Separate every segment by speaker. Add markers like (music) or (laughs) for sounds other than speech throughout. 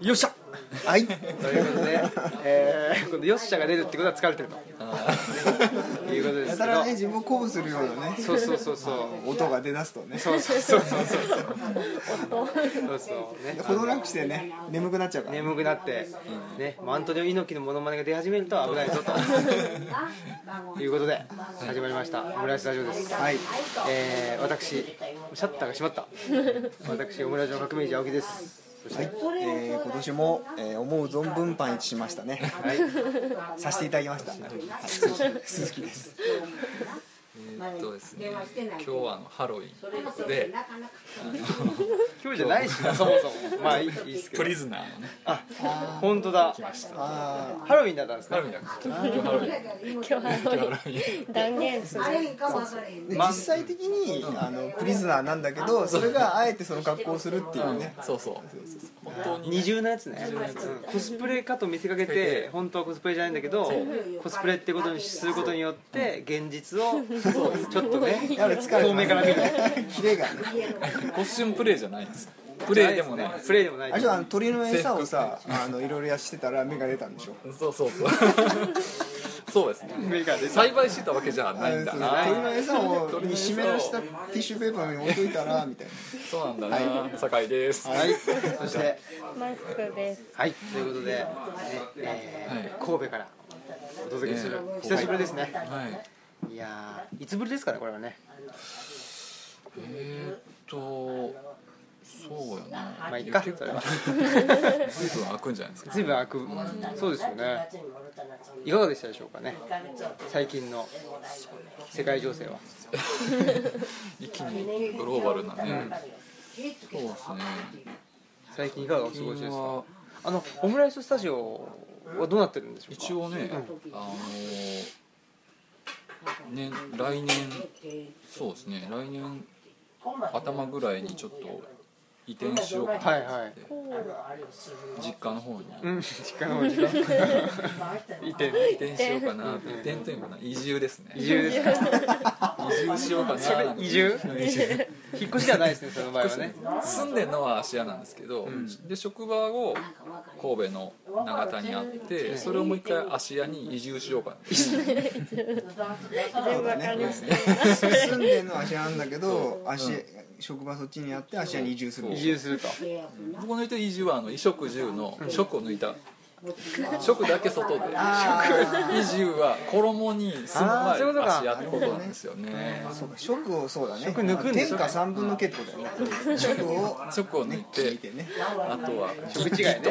Speaker 1: よっしゃ
Speaker 2: はい
Speaker 3: ということ
Speaker 2: (laughs)
Speaker 3: で、えー、このよっしゃが出るってことは疲れてるということで
Speaker 2: や
Speaker 3: す
Speaker 2: た
Speaker 3: け
Speaker 2: ら
Speaker 3: ど
Speaker 2: ね自分を鼓舞するようなね
Speaker 3: そうそうそうそう
Speaker 2: 音が出だすとね
Speaker 3: そうそうそうそうそうそうね
Speaker 2: ほどなくしてね眠くなっちゃうから
Speaker 3: 眠くなって、ね、もうアントニオ猪木のモノマネが出始めると危ないぞということで始まりましたオムライスラジオです、
Speaker 2: はい
Speaker 3: えー、私シャッターが閉まった私オムライスの革命児青木ですそして、
Speaker 2: えー今年も、えー思う存分パン一しましたね
Speaker 3: はい
Speaker 2: させていただきました鈴木です
Speaker 4: そうですね今日はあのハロウィンで
Speaker 3: 今日じゃないしなそもそもまあいいいいですけ
Speaker 4: プ
Speaker 3: ど
Speaker 4: リズナーのね
Speaker 3: あ本当だ
Speaker 2: あ
Speaker 3: ハロウィンだったんです
Speaker 4: ハ
Speaker 3: ね
Speaker 4: ロウィンだ今日ハロウィン
Speaker 5: 今日は断言する
Speaker 2: ーで実際的にあのプリズナーなんだけどそれがあえてその格好をするっていうね
Speaker 4: そうそう本当に
Speaker 3: 二重のやつねうんコスプレかと見せかけて本当はコスプレじゃないんだけどコスプレってことにすることによって現実をちょっとね
Speaker 2: やべ疲れた
Speaker 3: 遠目から見る
Speaker 2: (laughs) キレがね
Speaker 4: コスチュームプレイじゃないんですよプレイでもね
Speaker 3: プレイでもない
Speaker 2: あれじゃあの鳥の餌をさあのいろいろやしてたら目が出たんでしょ
Speaker 4: そうそうそうそうですね
Speaker 3: メーカーで
Speaker 4: 栽培してたわけじゃ
Speaker 2: あ
Speaker 4: ない
Speaker 2: れ
Speaker 4: ん
Speaker 2: そ
Speaker 4: だ
Speaker 2: う
Speaker 4: な
Speaker 2: 鳥の餌をに湿らしたティッシュペーパーの上に置いといたらみたいな
Speaker 4: そうなんだな酒井です
Speaker 3: はいそして
Speaker 5: マスクです
Speaker 3: はいということで、ねえー神戸からお届けする
Speaker 4: ね
Speaker 3: 久しぶりですね
Speaker 4: はい
Speaker 3: いやーいつぶりですかねこれはね
Speaker 4: えーっとそうやな
Speaker 3: まあいいかそれは
Speaker 4: 随分開くんじゃないですか
Speaker 3: 随分開くそうですよねいかがでしたでしょうかね最近の世界情勢は
Speaker 4: 一気にグローバルなねそうですね
Speaker 3: 最近いかがお過ごしですか
Speaker 4: は
Speaker 3: あのオムライススタジオはどうなってるんでしょうか
Speaker 4: 一応ね、あの年来年そうですね来年頭ぐらいにちょっと移転しようかな
Speaker 3: はいはい
Speaker 4: 実家の方に (laughs)
Speaker 3: うん実家の方にねいて
Speaker 4: 移転しようかな移転というかな移住ですね
Speaker 3: 移
Speaker 4: 移
Speaker 3: 住ですか
Speaker 4: 住しようかな
Speaker 3: 移住引っ越しではないですねその場合はね
Speaker 4: 住んでるのは芦屋なんですけど、で職場を神戸の長田にあってそれをもう一回芦屋に移住しようかな
Speaker 5: 全部わかりました
Speaker 2: 住んでんの芦屋なんだけど芦屋職場そっちにあって芦屋に移住する
Speaker 3: 移住すると
Speaker 4: 僕の言ってる移住はあの衣食住の食を抜いた、食だけ外で移住は衣に住む
Speaker 3: あー
Speaker 4: 前
Speaker 3: そういうことか
Speaker 4: 足やってことなんですよね
Speaker 2: そうか食をそうだね
Speaker 3: 食抜くんでし
Speaker 2: 天
Speaker 3: ょ
Speaker 2: 下三分のけってことだよね食を
Speaker 4: 食を抜い
Speaker 2: 聞い
Speaker 4: て
Speaker 2: てね
Speaker 4: あとは
Speaker 3: 食違いね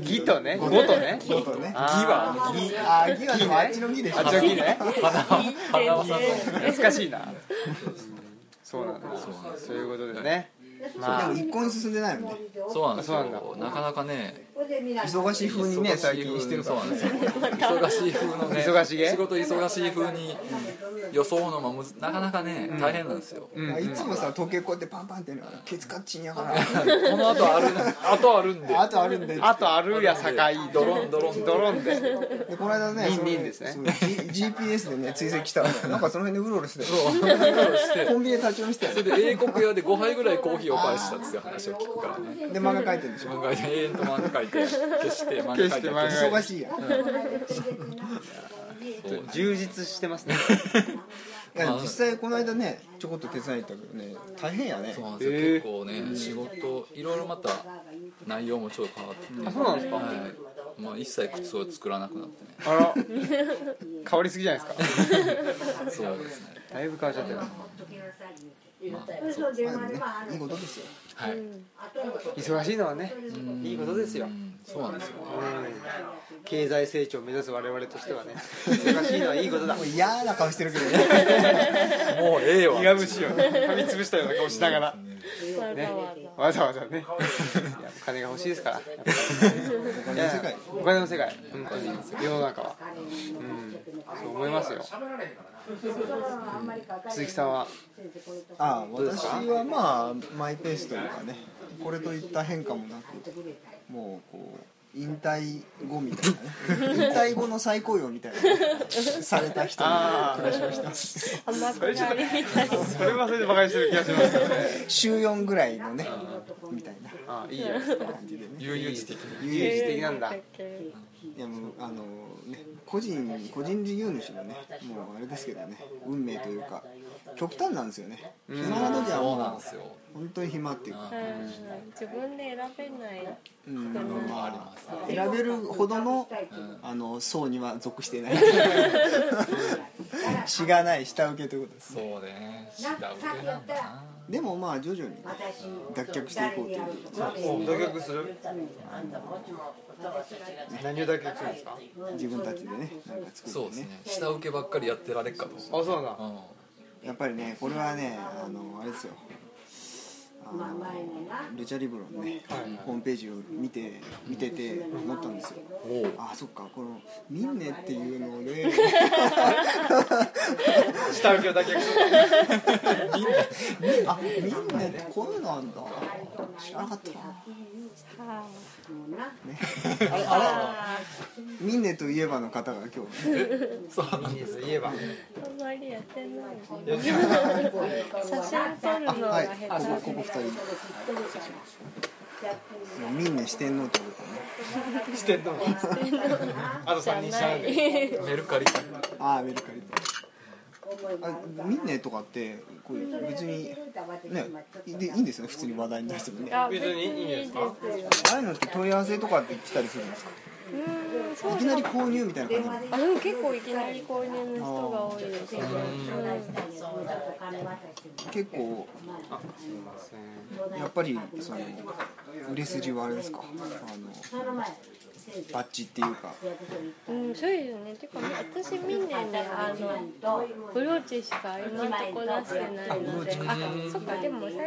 Speaker 3: 義とね語とね
Speaker 2: ごとね
Speaker 3: あー
Speaker 4: 義はあの
Speaker 2: ぎあぎはでもあっちのぎでしょ
Speaker 3: あっちの義ね
Speaker 4: 花は花はさ
Speaker 3: 懐かしいなそうなんだそういうことでねま
Speaker 2: で
Speaker 3: あ
Speaker 2: も一向に進んでないもんね
Speaker 4: とそうなんです
Speaker 3: そうなん
Speaker 4: よなかなかね
Speaker 2: 忙しい風にね
Speaker 4: 忙
Speaker 2: 最
Speaker 4: しい
Speaker 2: 近して
Speaker 4: 風
Speaker 2: る
Speaker 4: に
Speaker 2: か
Speaker 4: そ
Speaker 2: ら
Speaker 4: うな
Speaker 2: ね
Speaker 4: んですよ忙しい風のね
Speaker 3: 忙しげ
Speaker 4: 仕事忙しい風に装うのもむずなかなかね大変なんですよ、
Speaker 2: あいつもさ時計こうやってパンパンってやるのがケツカッチン
Speaker 3: (laughs)
Speaker 2: やから
Speaker 4: この後あるあとあるんで
Speaker 2: あとあるんで
Speaker 3: あとあるや境
Speaker 4: ドロンドロン
Speaker 3: ドロンで
Speaker 2: でこの間ね
Speaker 3: ニン
Speaker 2: その
Speaker 3: ニンですね
Speaker 2: そう G- GPS でね追跡したらねなんかその辺でうろうろしてたよ
Speaker 4: して
Speaker 2: コンビニで立ち寄りしてた
Speaker 4: そ
Speaker 2: よ
Speaker 4: れで英国屋で5杯ぐらいコーヒーを返したんですよ話を聞くからね
Speaker 2: で漫画描いてるんでし
Speaker 4: 漫
Speaker 2: ょ
Speaker 4: 画で永遠と漫画描いて消して漫画描
Speaker 3: 消
Speaker 4: い
Speaker 3: して
Speaker 4: て
Speaker 3: 漫
Speaker 2: 忙しいやんい
Speaker 4: そう
Speaker 3: 充実してますね
Speaker 2: や実際この間ねちょこっと手伝いに行ったけどね大変やね
Speaker 4: そうなんです
Speaker 3: え
Speaker 4: よ、
Speaker 3: ー
Speaker 4: 結構ね仕事いろいろまた内容もちょっと変わってて
Speaker 3: あそうなんですか
Speaker 4: はいまあ、一切靴を作らなくなってね
Speaker 3: あら変わりすぎじゃないですか
Speaker 4: そうですね
Speaker 3: だいぶ変わっちゃってる
Speaker 2: いいことですよ
Speaker 4: はい、
Speaker 3: 忙しいのはねいいことですよ
Speaker 4: うんそうなんですよ
Speaker 3: 経済成長を目指す我々としてはね (laughs) 忙しいのはいいことだ
Speaker 2: もう嫌な顔してるけどね
Speaker 4: もうええわ
Speaker 3: 苦虫を噛みつぶしたような顔しながら
Speaker 5: わざわざ
Speaker 3: わざわざねいやお金が欲しいですからやっぱりい
Speaker 2: の世界
Speaker 3: やお金の世界本当に世の中はうんそう思いますよ鈴木さんは
Speaker 2: ああ私はまあマイペースというかねこれといった変化もなくもうこう引退後みたいなね引退後の再雇用みたいなされた人みたいな
Speaker 3: あ
Speaker 2: 暮らしをしてます
Speaker 5: 甘くなりみたい
Speaker 3: それはそれで馬鹿にしてる気がしますけどね
Speaker 2: 週4ぐらいのねみたいな
Speaker 3: (laughs) ああいいじゃないですか
Speaker 2: 感じでね
Speaker 4: 悠々自適に
Speaker 2: 悠
Speaker 3: 自
Speaker 2: 々
Speaker 3: 適なんだ
Speaker 2: いやもうあのね個人個人事業主のねもうあれですけどね運命というか極端なんですよね
Speaker 3: うん
Speaker 2: 暇な時は
Speaker 4: そう
Speaker 2: も
Speaker 4: なん
Speaker 2: う
Speaker 4: ですよ
Speaker 2: 本当に暇っていうか、
Speaker 5: はいはい自分で選べない
Speaker 2: うん
Speaker 5: うん
Speaker 4: まああり
Speaker 2: ま
Speaker 4: ます
Speaker 2: あ、
Speaker 4: ね
Speaker 2: 選べるほどの
Speaker 4: うん
Speaker 2: あの層には属
Speaker 4: (laughs)
Speaker 2: していないしがない下請けということですね
Speaker 4: そうね下請けなんだな
Speaker 2: でもまあ徐々に脱却していこうという
Speaker 3: お脱却する何を脱却するんですか
Speaker 2: 自分たちでねなんか
Speaker 4: そ
Speaker 2: 作
Speaker 4: う
Speaker 2: っ
Speaker 4: で
Speaker 2: て
Speaker 4: す
Speaker 2: ね
Speaker 4: ね下請けばっかりやってられっかと
Speaker 3: あそうなんだ
Speaker 4: うん
Speaker 2: やっぱりねこれはねあのあれですよあのルチャリブロのね、ホームページを見て見てて思ったんですよ
Speaker 4: おう
Speaker 2: あそっかこの「ミンネ」っていうの
Speaker 4: (laughs)
Speaker 2: で
Speaker 3: 下請けを脱却する
Speaker 2: あミンネってこういうのあんだ知らなかったな
Speaker 5: は
Speaker 2: ミンネといえばの方が今日ね
Speaker 4: そう
Speaker 3: ミニといえば
Speaker 5: いあんまりやってない
Speaker 3: やって
Speaker 5: 写真撮るの
Speaker 2: あは
Speaker 5: が
Speaker 2: い
Speaker 5: 下手
Speaker 2: ここここ二人もうミンネ四天王というかね
Speaker 3: してんのあと
Speaker 5: じ
Speaker 3: 3
Speaker 5: ゃ
Speaker 3: 人しちゃ
Speaker 5: な
Speaker 3: うんで
Speaker 5: い
Speaker 4: メルカリ
Speaker 2: ああメルカリとあミンネとかってこう別にねでいいんですよね普通に話題に出してもねあ
Speaker 5: あ別にいいですか
Speaker 2: あいうのって問い合わせとかって来たりするんですか
Speaker 5: うんそう
Speaker 2: いきなり購入みたいな感じなの
Speaker 5: うん結構いきなり購入の人が多いですね
Speaker 2: 結構やっぱりその売れ筋はあれですかあのバッジっていうか
Speaker 5: うん、そうですよね。てか、私ミンネね、あの、ブローチしか今のとこ出してないので、あ、そっか、でも最近、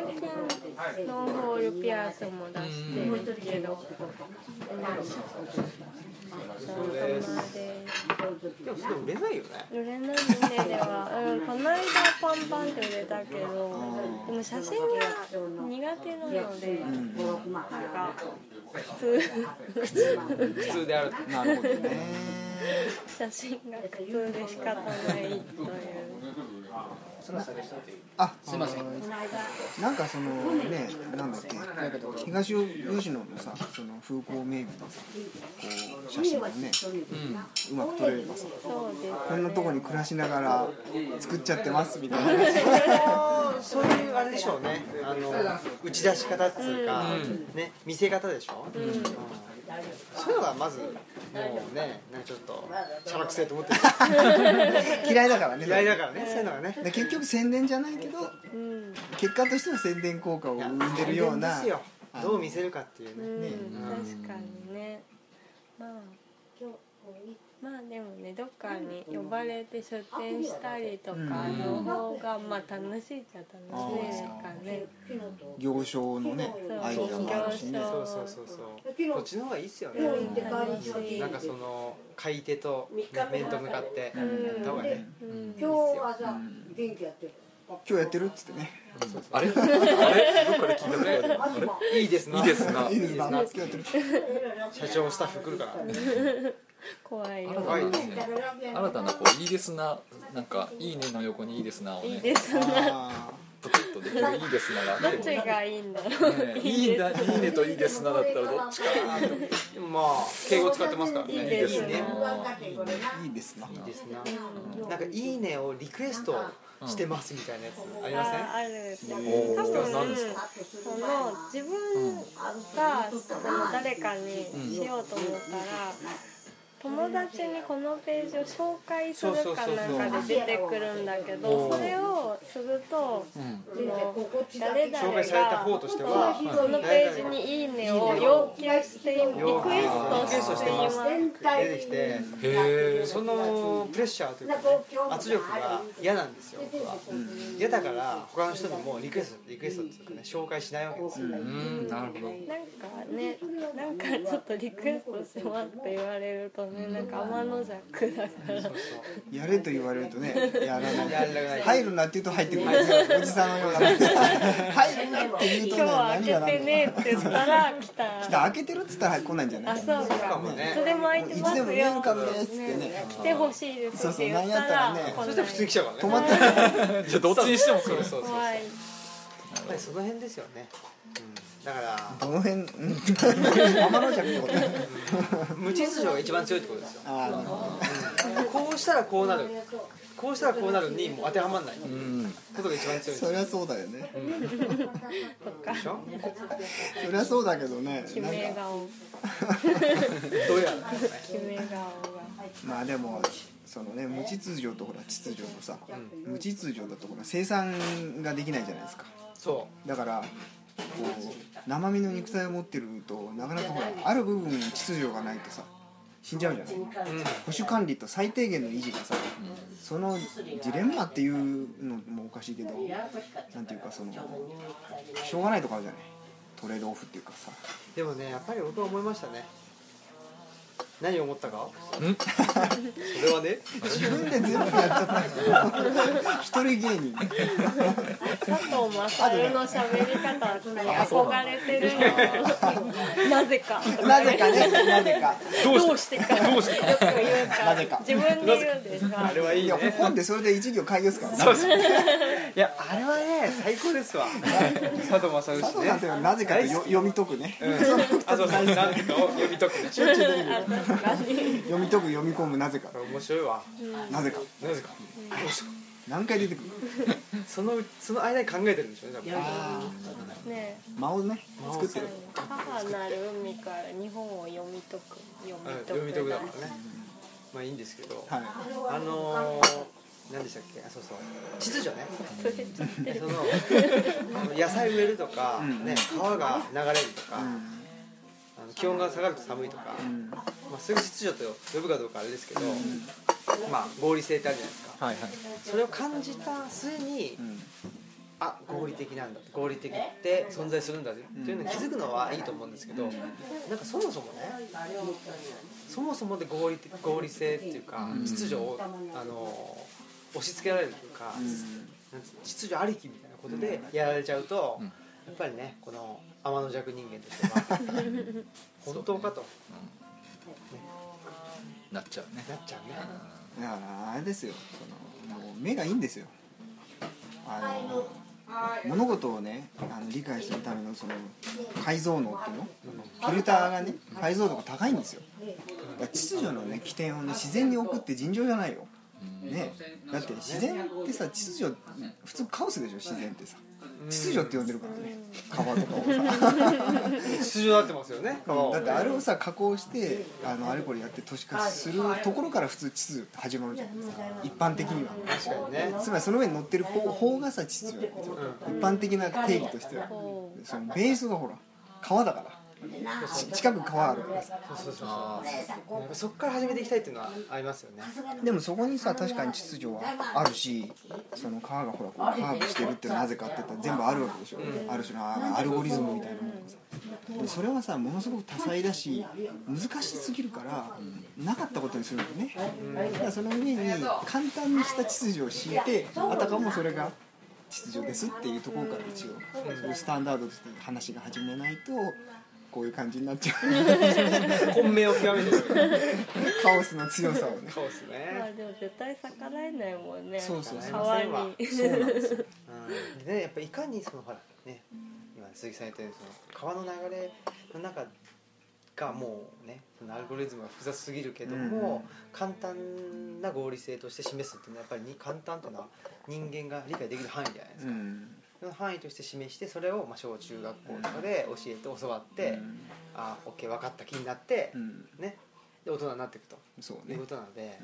Speaker 5: ノンホールピアスも出してるけど、うん、そんなまで。
Speaker 3: でもそれ売れないよね
Speaker 5: 売れないミンネでは、うん、この間パンパンって売れたけど、でも写真が苦手なので、なんか、普通、
Speaker 3: 普通であると
Speaker 2: なるほどね
Speaker 5: 写真が普通で仕方ないという。
Speaker 2: あすいませんなんかそのねなんだっけ東吉野のさその風光明媚のさこう写真がねうまく撮れればさ
Speaker 5: そうですね。
Speaker 2: こんなとこに暮らしながら作っちゃってますみたいな
Speaker 3: そういうあれでしょうねあの打ち出し方っつうか、ね見せ方でしょ、うんそういうのがまずもうねなんかちょっとしゃらくせえと思ってる
Speaker 2: 嫌いだからね
Speaker 3: 嫌いだからねそういうのがね
Speaker 2: で結局宣伝じゃないけど
Speaker 5: うん、
Speaker 2: 結果としては宣伝効果を生んでるような
Speaker 3: ですよどう見せるかっていう
Speaker 5: う
Speaker 3: ね
Speaker 5: ん、
Speaker 2: ね
Speaker 5: 確かにねまあまあでもねどっかに呼ばれて出店したりとか
Speaker 2: うん
Speaker 5: の方がまあ楽しいっちゃ楽しいですかね
Speaker 2: 行商のね
Speaker 5: そう
Speaker 2: アイデアもあるしね
Speaker 5: 行
Speaker 3: そうそうそうそうこっちの方がいいっすよね、
Speaker 5: 楽しい
Speaker 3: なんかその買い手と面と向かってやった方がね、
Speaker 5: うん
Speaker 1: 今日はさ、電気やってる。
Speaker 2: 今日やってるっつってね
Speaker 4: あれあれどっかで聞いたことあ
Speaker 1: マ
Speaker 4: る
Speaker 1: ジか。
Speaker 3: いいですない
Speaker 4: いですな。
Speaker 2: いいですか今日やってる
Speaker 3: 社長スタッフ来るから
Speaker 5: 怖いよ
Speaker 3: 怖いですね
Speaker 4: 新
Speaker 1: 新
Speaker 4: たなこういいですななんかいいねの横にいいですなを
Speaker 5: いい
Speaker 4: ね
Speaker 5: ですね
Speaker 2: あ
Speaker 4: ポチッとできるいいですなが
Speaker 5: ど
Speaker 4: あ
Speaker 5: っ
Speaker 4: っ
Speaker 5: ち
Speaker 4: ても
Speaker 5: がいいんだろう
Speaker 4: ねいいんだいいねといいですなだったらどっちかなと
Speaker 3: でもまあ敬語使ってますからね
Speaker 5: いいで
Speaker 3: い
Speaker 5: すね
Speaker 3: いね
Speaker 2: ーいいですない
Speaker 3: いですななんか「いいね」をリクエストしてますみたいなやつありません
Speaker 5: あある多
Speaker 4: おー何で
Speaker 5: 分
Speaker 4: す
Speaker 5: その自分がその誰かにしようと思ったら、友達にこのページを紹介する
Speaker 3: そうそう
Speaker 5: か
Speaker 3: そうそう
Speaker 5: なんかで出てくるんだけど
Speaker 3: おー
Speaker 5: それをすると、その誰々
Speaker 3: 紹介された
Speaker 5: が
Speaker 3: 方としては
Speaker 5: そのページに「いいね」を要求していリク
Speaker 3: 要求
Speaker 5: エストしています。
Speaker 3: 出てきて
Speaker 4: へえ
Speaker 3: そのプレッシャーというかね圧力が嫌なんですよ僕は嫌だから他の人にもリクエストリクエストっていうかね紹介しないわけですよ
Speaker 4: うんなるほど
Speaker 5: なんかね、なんかちょっとリクエストしますって言われるとね、なんか天の弱だから。
Speaker 2: やれと言われるとねやら
Speaker 3: や
Speaker 2: ない
Speaker 3: らない
Speaker 2: 入るなって言うと入ってくるおじさんのようなね入るなって言う
Speaker 5: 今
Speaker 2: と
Speaker 5: 日
Speaker 2: ね何
Speaker 5: は開
Speaker 2: が
Speaker 5: けて
Speaker 2: 何
Speaker 5: ねって言ったら来
Speaker 2: だ
Speaker 5: た。
Speaker 2: 開けてるっつったら来ないんじゃな
Speaker 5: あ、
Speaker 2: い
Speaker 5: そう
Speaker 3: か
Speaker 5: か。
Speaker 3: も
Speaker 5: い
Speaker 3: ね
Speaker 5: つでも空いて
Speaker 2: い
Speaker 5: ま
Speaker 2: つ
Speaker 5: す
Speaker 2: で
Speaker 5: よ。
Speaker 2: もウェルカムですってね
Speaker 5: 来てほしいですって言ったら来ない。
Speaker 2: そう
Speaker 3: そして普通に来ちゃう
Speaker 2: 止
Speaker 3: か
Speaker 2: ま
Speaker 3: ら
Speaker 2: っ
Speaker 3: ね
Speaker 2: てる
Speaker 4: じゃあどっちにしても来
Speaker 3: そう
Speaker 4: る
Speaker 3: そうそう
Speaker 5: 怖い。
Speaker 3: やっぱりその辺ですよねだから
Speaker 2: どの辺うん天の弱ってこと
Speaker 3: 無秩序が一番強いってことですよ
Speaker 2: ああなるほ
Speaker 3: こうしたらこうなるこうしたらこうなるにもう当てはまらないこ
Speaker 4: うん
Speaker 3: とが一番強い
Speaker 2: ど
Speaker 3: んです
Speaker 2: そ
Speaker 3: よ
Speaker 2: りゃそうだよね
Speaker 3: でしょ
Speaker 2: そりゃそうだけどね
Speaker 5: 決
Speaker 2: な
Speaker 5: め
Speaker 2: んか
Speaker 5: 顔
Speaker 3: どうやら
Speaker 5: 決め顔が
Speaker 2: まあでもそのね無秩序とほら秩序のさ無秩序だとほら生産ができないじゃないですか
Speaker 3: そ
Speaker 2: だからこう生身の肉体を持ってるとなかなかほらある部分に秩序がないとさ死んじゃうじゃない保守管理と最低限の維持がさ、そのジレンマっていうのもおかしいけどなんていうかそのしょうがないとこあるじゃないトレードオフっていうかさ
Speaker 3: うでもねやっぱり僕は思いましたね何を思ったか
Speaker 4: ん
Speaker 3: それはね
Speaker 2: 自分で全部やっちゃった一人芸人
Speaker 5: 佐藤勝の喋り方私憧れてる (laughs) のなぜか
Speaker 2: なぜかねなぜか
Speaker 5: どうしてかよく言う
Speaker 2: なぜか
Speaker 5: か自分で言うんですが
Speaker 3: あれはい
Speaker 2: い
Speaker 3: い
Speaker 2: や
Speaker 3: ね
Speaker 2: 本でそれで一行開業すから
Speaker 3: そうそういやあれはね最高ですわ佐藤正
Speaker 2: 佐
Speaker 3: 義
Speaker 2: 藤さん
Speaker 3: ね
Speaker 2: っていうのはなぜかとよ読み解くね、
Speaker 3: あそうなんかを呼び解くね
Speaker 5: 確かに
Speaker 2: 読み解く読み込むなぜか
Speaker 3: 面白いわ
Speaker 2: なぜか
Speaker 3: なぜか
Speaker 2: 何回出てくる
Speaker 3: そのその間に考えてるんでしょうね多分
Speaker 5: ね
Speaker 2: 間をね作ってる
Speaker 5: 母なる海から日本を読み解く
Speaker 3: うん
Speaker 5: 読
Speaker 3: 読
Speaker 5: み
Speaker 3: み解く
Speaker 5: 解く
Speaker 3: だ
Speaker 5: だ
Speaker 3: からねまあいいんですけど
Speaker 2: はい
Speaker 3: あのー、何でしたっけあそうそう秩序ね
Speaker 5: 忘れちゃってる
Speaker 3: そのあの野菜植えるとか、
Speaker 2: ん
Speaker 3: ね、川が流れるとか、
Speaker 2: うん
Speaker 3: あの気温が下がると寒いとか、
Speaker 2: うんは
Speaker 3: まあ、すぐ秩序と呼ぶかどうかあれですけど、まあ合理性ってあるじゃないですか
Speaker 4: はいはい
Speaker 3: それを感じた末に、
Speaker 2: ん
Speaker 3: あ合理的なんだ合理的って存在するんだぜっていうのに気づくのはいいと思うんですけど、なんかそもそもねそもそもで合理的合理性っていうか、秩序をあの押し付けられるというか、なんつうの秩序ありきみたいなことでやられちゃうと、やっぱりねこの天の弱人間としては (laughs) 本当かと
Speaker 4: なっちゃうね
Speaker 3: なっちゃうね。
Speaker 2: だからあれですよそのもう目がいいんですよあの物事をねあの理解するためのその解像能っていうのフィルターがね解像度が高いんですよだから秩序のね起点をね自然に置くって尋常じゃないよ、ね、だって自然ってさ秩序普通カオスでしょ自然ってさ秩序って呼んでるからね川とかをさ
Speaker 3: 秩序になってますよね川を
Speaker 2: だってあれをさ加工してあのあれこれやって都市化するところから普通秩序って始まるじゃないですか一般的には
Speaker 3: 確かにね
Speaker 2: つまりその上に乗ってる方法がさ秩序なんですよ一般的な定義としては
Speaker 5: こう
Speaker 2: そのベースがほら川だからし近く川あるからさ
Speaker 3: そうそうそうそうなんかそっから始めていきたいっていうのはありますよね
Speaker 2: でもそこにさ確かに秩序はあるしその川がほらこうカーブしてるってなぜかって言ったら全部あるわけでしょ、ある種のあアルゴリズムみたいなものがさでもそれはさものすごく多彩だし難しすぎるから、なかったことにするんだよね、だからその上に簡単にした秩序を敷いてあたかもそれが秩序ですっていうところから一応、そういうスタンダードとして話が始めないとこういう感じになっ (laughs) ちゃう
Speaker 3: 混迷を極
Speaker 2: (laughs)
Speaker 3: めてる
Speaker 2: カオスの強さをね
Speaker 3: カオス
Speaker 5: まあ
Speaker 3: ね
Speaker 5: でも絶対逆らえないもんね
Speaker 2: そうそうそう
Speaker 5: 川に
Speaker 2: そうなんですよ
Speaker 3: うんでねやっぱりいかにそのほらね今鈴木さん言ったようにその川の流れの中がもうねそのアルゴリズムが複雑すぎるけども、簡単な合理性として示すっていうのはやっぱりに簡単っていうのは人間が理解できる範囲じゃないですか、
Speaker 2: うん
Speaker 3: その範囲として示してそれをまあ小中学校とかで教えて教わって、あオッケー分かった気になって、
Speaker 2: うん
Speaker 3: ねで大人になっていくと
Speaker 2: そう
Speaker 3: い
Speaker 2: ね
Speaker 3: うことなので、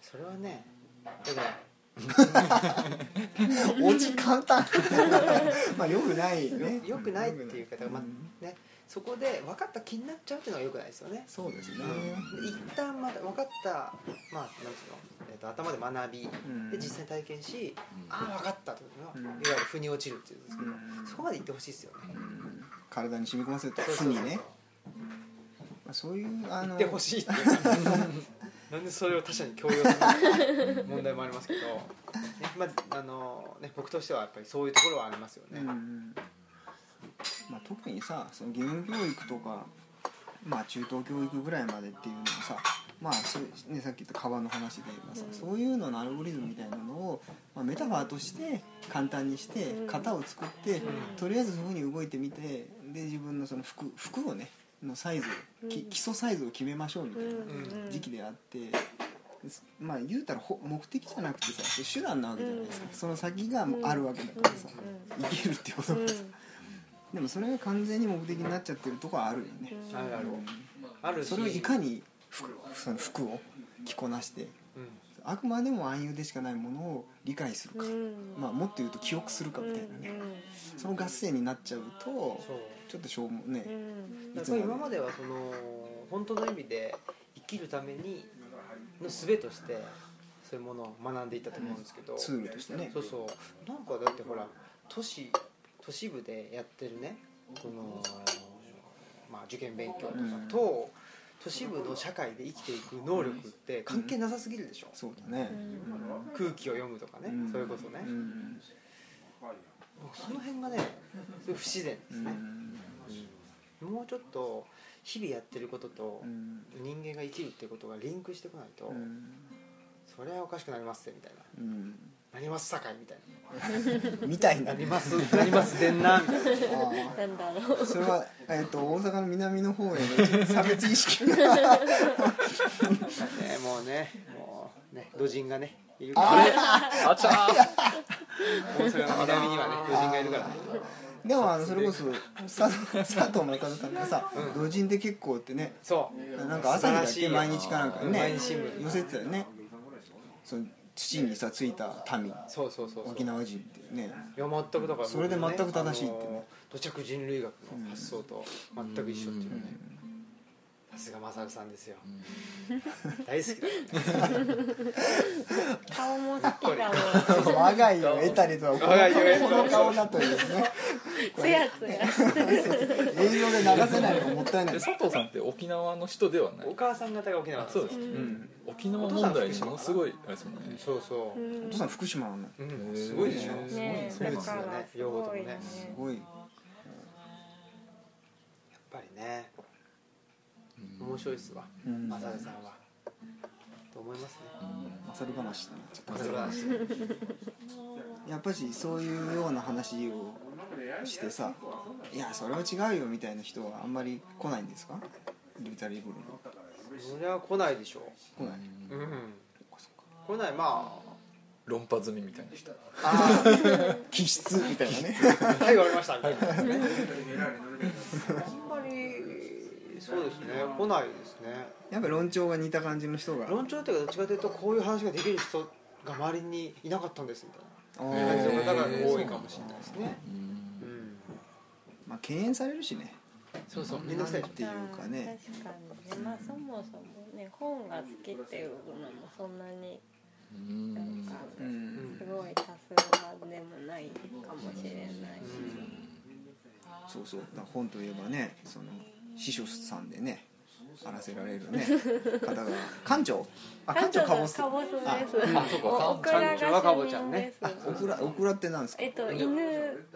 Speaker 3: それはねだから
Speaker 2: お家簡単まあよくない
Speaker 3: (laughs)
Speaker 2: ね
Speaker 3: よくないっていうかだからまあ
Speaker 2: ん
Speaker 3: ねそこで分かった気になっちゃうっていうのはよくないですよね
Speaker 2: そうですね
Speaker 3: で一旦また分かったまあなんつうの、えっと頭で学び
Speaker 2: ん
Speaker 3: で実際体験し、
Speaker 4: うん
Speaker 3: ああ分かったというのは、いわ
Speaker 2: うん
Speaker 3: ゆる腑に落ちるっていうんですけど、
Speaker 2: うん
Speaker 3: そこまでいってほしいですよね、
Speaker 2: 体に染み込ませると
Speaker 3: そう
Speaker 2: 負
Speaker 3: そう
Speaker 2: に
Speaker 3: そうそう
Speaker 2: ねまあそういうあ
Speaker 3: 言
Speaker 2: の
Speaker 3: ってほしいっていうかなんでそれを他者に強要するの問題もありますけど、ねまああのね、僕としてはやっぱりそういうところはありますよね、
Speaker 2: うんうんまあ、特にさその義務教育とか、まあ、中等教育ぐらいまでっていうのはさまあそうね、さっき言った川の話で言えばさ、そういうののアルゴリズムみたいなのを、まあ、メタファーとして簡単にして型を作って、とりあえずそういうふうに動いてみてで自分のその服服をねのサイズをき基礎サイズを決めましょうみたいな時期であって、ですまあ言うたらほ目的じゃなくてさ手段なわけじゃないですか、その先があるわけだからさ、生きるってことが、でもそれが完全に目的になっちゃってるとこはあるよね、
Speaker 3: あるあるあるし
Speaker 2: それをいかに服その服を着こなして
Speaker 3: うん
Speaker 2: あくまでも暗喩でしかないものを理解するか、まあ、もっと言うと記憶するかみたいなね、その合戦になっちゃうと
Speaker 3: そう
Speaker 2: ちょっとしょうもね、
Speaker 3: やっぱり今まではその本当の意味で生きるためにの術としてそういうものを学んでいったと思うんですけど、
Speaker 2: ツールとしてね
Speaker 3: そうそうなんかだってほら都市都市部でやってるねこの、まあ、受験勉強とかと、都市部の社会で生きていく能力って関係なさすぎるでしょ、
Speaker 2: そうだね、
Speaker 3: 空気を読むとかね、
Speaker 2: うん
Speaker 3: それこそね、
Speaker 2: うん
Speaker 3: その辺がねそれ不自然で
Speaker 2: う
Speaker 3: すね、
Speaker 2: ん
Speaker 3: もうちょっと日々やってることと
Speaker 2: うん
Speaker 3: 人間が生きるってことがリンクしてこないと、
Speaker 2: うん
Speaker 3: それはおかしくなりますぜみたいな
Speaker 2: うん
Speaker 3: なりますさかいみたい
Speaker 2: みたい
Speaker 3: な
Speaker 2: な
Speaker 3: なりますなりますでんなみたい (laughs) な
Speaker 2: あ
Speaker 5: なんだろう
Speaker 2: ーそれは、えっと大阪の南の方への差別意識が
Speaker 3: ねもうねもうね土人がねいるから
Speaker 2: あ
Speaker 3: ね
Speaker 4: あちゃー
Speaker 3: 大阪の南にはね土人がいるからね
Speaker 2: でもあのそれこそ佐藤佐藤正さんがさ「同人で結構」ってね
Speaker 3: そう
Speaker 2: なんか朝日だっ
Speaker 3: 素晴らしい
Speaker 2: け毎日かなんかにね
Speaker 3: 毎日新聞
Speaker 2: 寄せてたよねその土にさついた民
Speaker 3: そうそうそうそう
Speaker 2: 沖縄人ってね
Speaker 3: いや全くだから、
Speaker 2: それで全く正しいってね
Speaker 3: あの土着人類学の発想と全く一緒っていうねさすがマサルさんですよ大好きだ
Speaker 5: 顔も好きだもん
Speaker 2: 我が家を得たりとはこ
Speaker 3: が家を得たり
Speaker 2: のこの顔だというね
Speaker 5: つやつや
Speaker 2: 映像で流せないのがもったいない
Speaker 4: で佐藤さんって沖縄の人ではない
Speaker 3: お母さん方が沖縄
Speaker 4: あ
Speaker 3: なん
Speaker 4: そうです、
Speaker 3: よ
Speaker 4: うん、沖縄問題にものすごいあれですもんね
Speaker 3: そうそ
Speaker 2: お父さん福島なの
Speaker 3: う、う
Speaker 4: へ
Speaker 3: ん、
Speaker 4: ー
Speaker 3: すごいでしょ
Speaker 4: ね
Speaker 5: ね
Speaker 3: そう
Speaker 5: だ
Speaker 3: ですよ
Speaker 5: か
Speaker 3: ね
Speaker 5: らすごいね
Speaker 2: すごい
Speaker 3: やっぱりね面白いっすわ、
Speaker 2: うん
Speaker 3: マサルさんはと思いますね
Speaker 2: 勝る話になっちゃ
Speaker 3: マ
Speaker 2: っ
Speaker 3: サル話
Speaker 2: たやっぱしそういうような話をしてさ「いやそれは違うよ」みたいな人はあんまり来ないんですかリタリーブルの
Speaker 3: そりゃ来ないでしょ
Speaker 2: 来ない
Speaker 3: うん
Speaker 2: そっかそっか
Speaker 3: 来ないま
Speaker 4: 論破済みみたいな人
Speaker 3: ああー
Speaker 2: (laughs) 気 (laughs) 質みたいなね
Speaker 3: はい終わりましたみたいなねあんまりそうですね来ないですね
Speaker 2: やっぱ論調が似た感じの人が
Speaker 3: 論調っていうかどっちかというとこういう話ができる人が周りにいなかったんですみたい
Speaker 2: あー
Speaker 3: な感じの方が
Speaker 4: へー
Speaker 3: 多いかもしれないですねうん
Speaker 2: まあ敬遠されるしね
Speaker 3: そうそうみんな
Speaker 2: な
Speaker 3: んせ
Speaker 2: てい
Speaker 3: いう
Speaker 2: かね
Speaker 5: 確かにねまあそもそもね本が好きっていうのもそんなに
Speaker 4: うん
Speaker 2: う
Speaker 3: うん
Speaker 5: す
Speaker 3: ん
Speaker 5: ごい多数派でもないかもしれないし
Speaker 2: そうそうだから本といえばねその司書さんでねあらせられる (laughs) ね方が館長あ館長かぼす
Speaker 5: カボスです
Speaker 4: あそうか
Speaker 5: オクラ
Speaker 3: 館長は
Speaker 5: が
Speaker 3: カ
Speaker 5: 主
Speaker 3: ボちゃん
Speaker 5: 人で
Speaker 3: ね
Speaker 5: す
Speaker 2: オクラオクラってなんですか
Speaker 5: えっと犬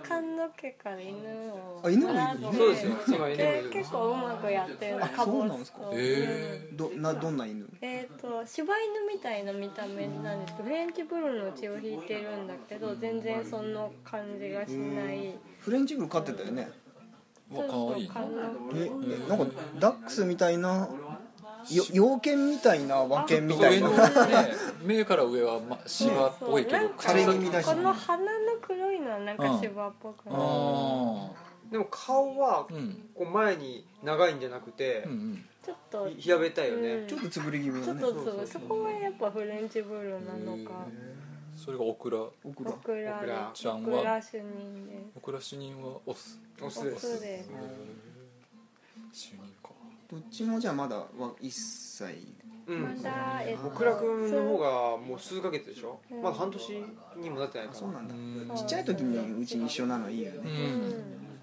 Speaker 5: 缶の毛から犬を
Speaker 2: あ犬もいる
Speaker 5: 選んで
Speaker 3: そうですよその犬もいる
Speaker 5: で結構うまくやってるの
Speaker 2: あ
Speaker 5: カ
Speaker 2: そう
Speaker 5: ボ
Speaker 2: なんです
Speaker 5: ス
Speaker 2: か
Speaker 5: と
Speaker 4: え
Speaker 2: どなどんな犬
Speaker 5: えー、と柴犬みたいな見た目なんですけどフレンチブルーの血を引いてるんだけど全然その感じがしない
Speaker 2: フレンチブル飼ってたよね
Speaker 4: ー、わかわいいな
Speaker 5: そうそう
Speaker 2: ええなんかダックスみたいなよ洋犬みたいな和犬みたい
Speaker 4: 上
Speaker 2: な
Speaker 4: のね目から上は、ま、芝っぽいけ
Speaker 5: な
Speaker 4: ど
Speaker 5: んか
Speaker 2: 枯
Speaker 4: 口
Speaker 2: れ
Speaker 4: が
Speaker 2: 気味だし
Speaker 5: この鼻の黒いのはなんか芝っぽくない、
Speaker 4: あ
Speaker 3: でも顔は
Speaker 4: ーうん
Speaker 3: こう前に長いんじゃなくて
Speaker 4: うんうん
Speaker 5: ちょっと
Speaker 3: ひ平べったいよね
Speaker 5: うん
Speaker 2: (laughs) ちょっとつぶれ気味
Speaker 5: ちょ
Speaker 2: の
Speaker 5: っ
Speaker 2: ね
Speaker 5: とつぶそこはやっぱフレンチブルーなのか
Speaker 4: それがオクラオ
Speaker 2: オク
Speaker 5: オ
Speaker 2: ラ
Speaker 5: クラで
Speaker 4: ちゃん
Speaker 5: オ
Speaker 4: は
Speaker 5: クラ主任で
Speaker 4: クラ主任はオス
Speaker 3: オス
Speaker 5: オスです
Speaker 4: 主任か
Speaker 2: どっちもじゃあまだは1歳
Speaker 3: う
Speaker 5: ま
Speaker 3: ん
Speaker 5: だえっと
Speaker 3: 小倉君の方がもう数ヶ月でしょ
Speaker 5: うん
Speaker 3: まだ半年にもなってない
Speaker 2: あ
Speaker 3: か
Speaker 2: そうな
Speaker 3: ら
Speaker 2: んだ
Speaker 4: うん
Speaker 5: そう
Speaker 2: ちっちゃい時にうちに一緒なのいいよ
Speaker 4: う
Speaker 2: ね
Speaker 4: ん
Speaker 5: う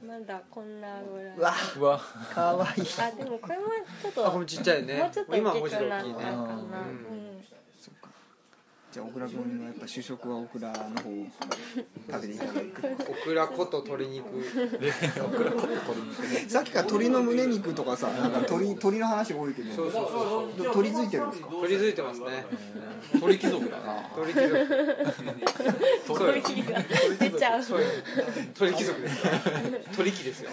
Speaker 5: んまだこんなぐらいう
Speaker 2: わ
Speaker 4: うわ
Speaker 2: かわいい
Speaker 5: あでもこれはちょっ
Speaker 3: あ
Speaker 5: と
Speaker 3: これちっちゃいね
Speaker 5: もうちょっと
Speaker 3: 今は
Speaker 5: 大
Speaker 3: もう
Speaker 5: き
Speaker 3: ちょっと
Speaker 5: くな
Speaker 3: 大
Speaker 5: っ
Speaker 3: き
Speaker 5: た
Speaker 3: い
Speaker 5: か
Speaker 3: ね
Speaker 5: な、
Speaker 4: うん
Speaker 5: うん
Speaker 2: そっかじゃあ小倉君はやっぱ主食は小倉の方を食べていただいて
Speaker 3: オクラ粉と鶏肉
Speaker 4: オクラ粉と鶏肉ね
Speaker 2: さっきから鶏の胸肉とかさなんか鶏鶏の話が多いけど
Speaker 3: そうそうそうそう
Speaker 2: 鶏ついてるんですか
Speaker 3: 取り付いてますね
Speaker 4: 鳥貴族だな
Speaker 3: 鳥貴族
Speaker 5: 鳥切りが出ちゃう
Speaker 3: そういう鳥貴族ですから鳥貴ですよ